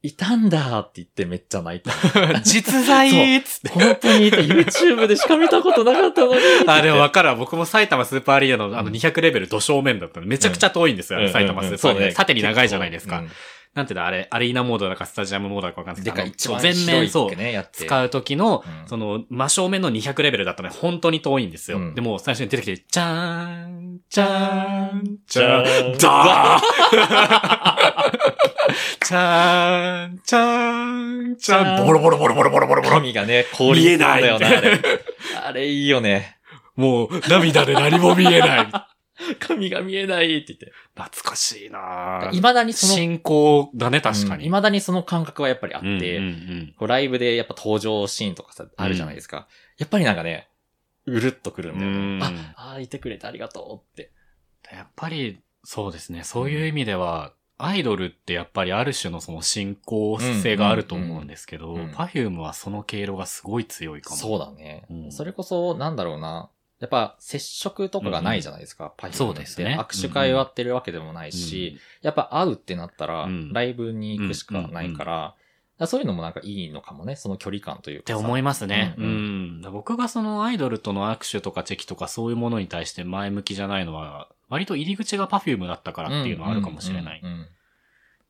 いたんだって言ってめっちゃ泣いた。 うん実在っつって。本当にいた YouTube でしか見たことなかったのに。 あ、でも分からん。僕も埼玉スーパーアリーナのあの200レベル土正面だったの。めちゃくちゃ遠いんですよ、あれ埼玉スーパーアリーナ。縦に長いじゃないですか。うんなんていうんだ、あれ、アリーナモードだかスタジアムモードだかわかんないでですかけい、ど、一番全面広いそっうけ。ね、やって。使う時の、うんその、真正面の200レベルだったのに本当に遠いんですよ。うんでも、最初に出てきて、じゃーん、じゃーん、じじゃゃーーん、んだ ーじゃーん、じゃーん、じゃーん、ボロボロボロボロボロボロボロ。神がね、降臨するんだよな、見えなあいれ。 あれいい よね。もう、涙で何も見えない。懐神が見えないって言って。かしいなぁ未だにその、進行だね、確かうんに。未だにその感覚はやっぱりあって、うんうんこうライブでやっぱ登場シーンとかさ、あるじゃないですか。やっぱりなんかね、うるっとくるんだようんね。あ、あーいてくれてありがとうって。うんやっぱり、そうですね、そういう意味では、アイドルってやっぱりある種のその進行性があると思うんですけど、うんうんうん Perfume はその経路がすごい強いかも。そうだね、うんそれこそ、なんだろうな。やっぱ接触とかがないじゃないですか、パイそうですね握手会をやってるわけでもないし、やっぱ会うってなったらうん、ライブに行くしかないから、だからそういうのもなんかいいのかもね、その距離感というっかてさ。思いますね。ううんんうん僕がそのアイドルとの握手とかチェキとかそういうものに対して前向きじゃないのは、割と入り口が Perfume だったからっていうのはあるかもしれない。うんうんうんうん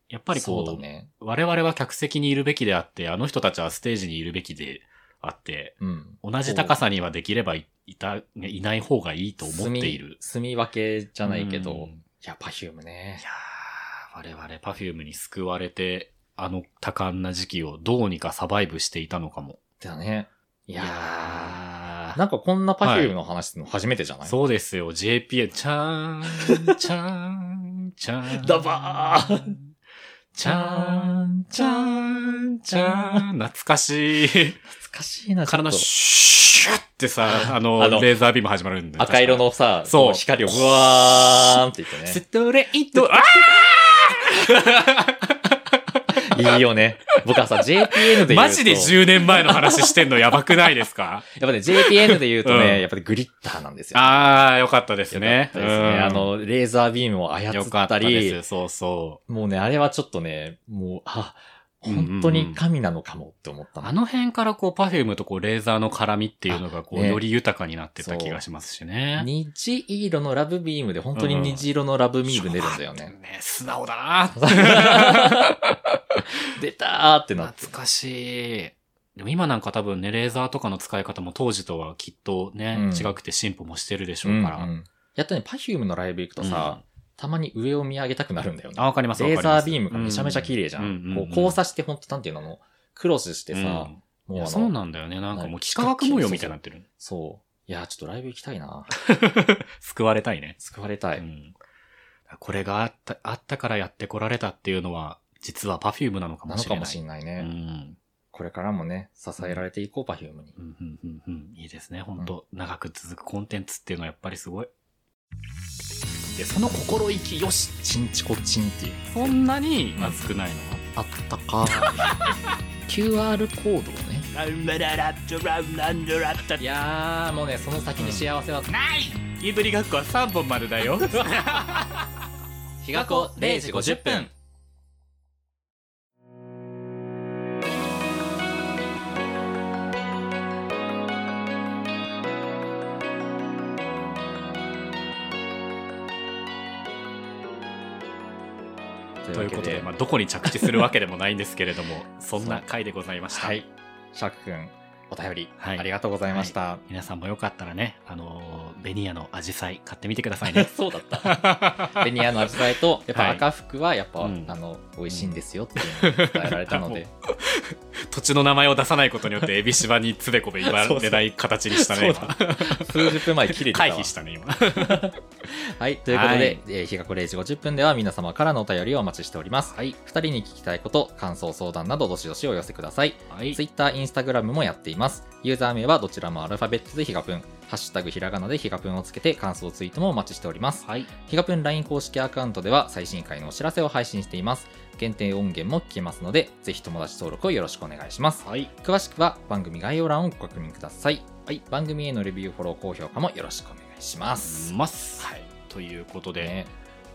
やっぱりこ、そううだね。我々は客席にいるべきであって、あの人たちはステージにいるべきであって、うん。同じ高さにはできればいいた、ねいない方がいいと思っている。住み分けじゃないけど、うんいや、パフュームねい。やー、我々 Perfume に救われて、あの多感な時期をどうにかサバイブしていたのかも。だね。いいやーやなんかこんなパフュームの話するの初めてじゃない、そうですよ、JPN。ちゃーん、ちゃーん、ちゃーん。ダバーンちゃーん、ちゃーん、ちゃーん。懐か しい。懐かしいな、ちょっと体のシュッってさ、あの、あのレーザービーム始まるんで。赤色のさ、そうこ光をブワーンって言確っかに。ストレイト、あてね。いい よね。僕はさ、JPN で言うと。マジでやっ10年前の話してんのやばくないです かぱね、JPN で言うとうね、んやっぱりグリッターなんですよ。あー、よかったでですね。ですね。うんあ、の、レーザービームを操よっかったたり、です。そうそう。もうね、あれはちょっとね、もう、うんあ、うんうん本当に神なのかもって思ったのあの辺からこう、パフュームとこう、レーザーの絡みっていうのがこう、あねより豊かになってた気がしますしね。虹色のラブビームで、本当に虹色のラブビーム出るんだよね。ね、素直だな 出たーってなって懐。かしい。でも今なんか多分ね、レーザーとかの使い方も当時とはきっとね、うん違くて進歩もしてるでしょうから。うんうんやっとね、パフュームのライブ行くとさ、たまに上を見上げたくなるんだよねあ、。わかりますレーザービームがめちゃめちゃ綺麗麗じゃん。うんうんうんこう交差して、ほんと、なんていうのあの、クロスしてさ、いもうあやの、そうなんだよね。なんかもう幾何学模様みたいになってる。そういや、ちょっとライブ行きたいな。救われたいね。 救われたい。うんこれがあった、あったからやってこられたっていうのは、実はパフュームなのかもなのしかれない。もしんないね。うんこれからもね、支えられていこう、パフュームに。うんうんうんうんいいですね。本当、長く続くコンテンツっていうのはやっぱりすごい。で、その心意気よしチンチコチンっていう。そんなに熱くないのか。あったか。QR コードをね。いやー、もうね、その先に幸せは、いぶり学校は3本までだよ。日が子0時50分。ということで、まあ、どこに着地するわけでもないんですけれども、そんな回でございました。はい。シャークくん、お便り、はいありがとうござい ました。。皆さんもよかったらね、あのーベニヤのアジサイ買ってみてくださいねそうだ った。ベニヤの味わいと、やっぱはい赤福はやっぱ、うんあの、美味しいんですよっていう のを伝えられたのでも。土地の名前を出さないことによって、エビシバにつべこべ言われない形にしたね、そう今。数十分前切れてたわ回避したね、今。はい。ということで、はいえー日がこ0時50分では皆様からのお便りをお待ちしております。はい。二人に聞きたいこと、感想、相談などどしどしお寄せください。はい。 Twitter、Instagram もやっています。ユーザー名はどちらもアルファベットでひがぷん、ハッシュタグひらがなでひがぷんをつけて感想ツイートもお待ちしております。はい。ひがぷん LINE 公式アカウントでは最新回のお知らせを配信しています。限定音源も聞けますので、ぜひ友達登録をよろしくお願いします。はい。詳しくは番組概要欄をご確認ください。はい、番組へのレビュー、フォロー、高評価もよろしくお願いします。ます。はい。ということで、ね、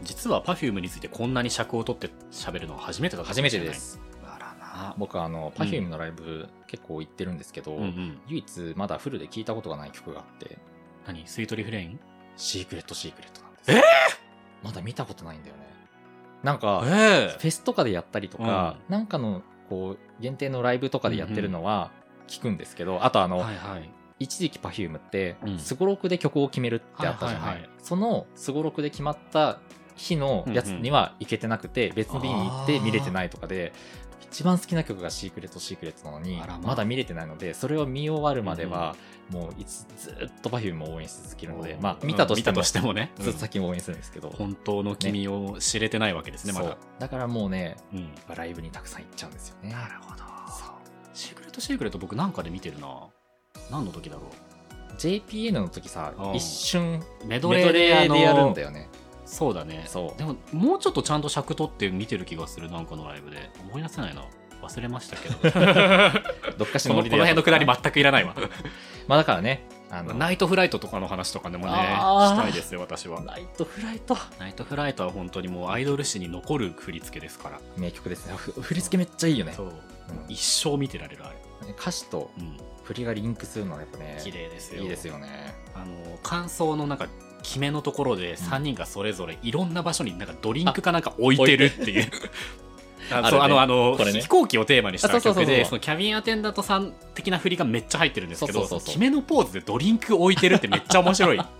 実は Perfume についてこんなに尺を取って喋るのは初めてだったか初もめしてれないです。あらな。僕はあの、Perfume のライブ結構行ってるんですけど、うんうん。唯一まだフルで聴いたことがない曲があって、何スイートリフレインシークレットシークレットなんです。えまだ見たことないんだよね。なんか、えフェスとかでやったりとか、なんかの、こう、限定のライブとかでやってるのは聞くんですけど、あとあの、はいはい。一時期 Perfume ってう、んすごろくで曲を決めるってあったはいじゃなはいはいい。そのすごろくで決まった日のやつには行けてなくて、別の日に行って見れてないとかで、一番好きな曲がシークレットシークレットなのにあら、まあまだ見れてないので、それを見終わるまでは、もういつずっと Perfume を応援し続けるので、まあ見たとしてうん見たもと、してもね。ずっと先も応援するんですけど、本当の君を知れてないわけですね、まそうだ。だからもうねうん。ライブにたくさん行っちゃうんですよねなるほど。シークレットシークレット僕なんかで見てるな。何の時だろ JPN の時さうん一瞬う。メメドレーであドのレーでやるんだよねそうだね。そうでも、もうちょっとちゃんと尺取って見てる気がする、なんかのライブで。思い出せないな。忘れました けど。こどっかしのこのりでや辺るのくだり全くいらないわ。まあだからねあのナイトフライトとかの話とかでもね、あーしたいですよ、私は。ナイトフライトナイトフライトは本当にもうアイドル史に残る振り付けですから。名曲ですねふ振り付けめっちゃいいよねそう。うん一生見てられる、あれ。歌詞とうん。振りがリンクするのはやっぱね綺麗ですよ。いいですよねあの、感想のなんか、決めのところで3人がそれぞれいろんな場所になんかドリンクかなんか置いてるっていう ああるねそうあのあの、これね飛行機をテーマにしたあそうそうそう曲そうでそのキャビンアテンダントさん的な振りがめっちゃ入ってるんですけどそうそうそうそう決めのポーズでドリンク置いてるってめっちゃ面白いあ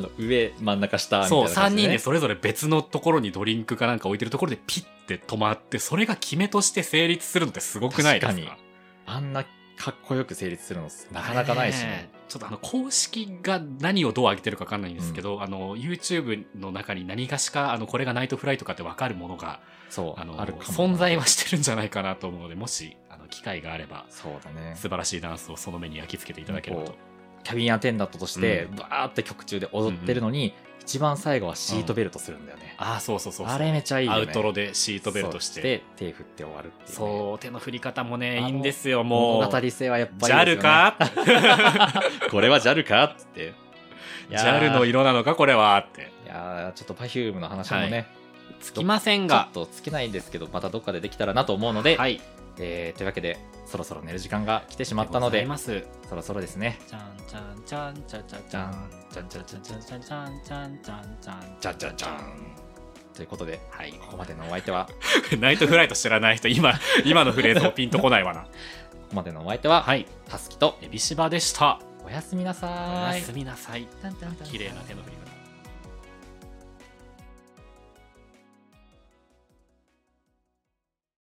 の、上、真ん中、下、みたいそうな3感人じで、でね。それぞれ別のところにドリンクかなんか置いてるところでピッて止まってそれが決めとして成立するのってすごくないです確かかあんなかっこよく成立するの、なかなかないしねね。ちょっとあの公式が何をどう上げてるか分かんないんですけど、あの YouTube の中に何がしかあのこれがナイトフライとかって分かるものがそう、あのあるかも。存在はしてるんじゃないかなと思うのでもしあの機会があればそうだね。素晴らしいダンスをその目に焼き付けていただければとこ。うキャビンアテンダントとして、うバーって曲中で踊ってるのに、一番最後はシートベルトするんだよね。ああそうそうそうそうあれめちゃいいよ、ね。アウトロでシートベルトしてそう手振って終わるっていう、ね。そう手の振り方もねあのいいんですよもう物語性はやっぱり、 JAL かこれは JAL かっつって。いやー JAL の色なのかこれはっていやーちょっと Perfume の話もね、つきませんちょがっと尽きないんですけど、またどっかでできたらなと思うので、はいえーというわけで、そろそろ寝る時間が来てしまったので、ございますそろそろですね。ちゃんちゃんちゃんちゃんちゃんちじゃゃんん、じゃんじゃんじちゃゃんんじちゃゃんんちゃんちゃんちゃんちゃんちゃんじゃんじゃんじゃん。ということで、はいここまでのお相手は、 ナイトフライト知らない人、今、今のフレーズもピンとこないわな。ここまでのお相手は、はい、たすきと、エビシバでした。おやすみなさおーい。やすみなさい。綺麗な手の振り方。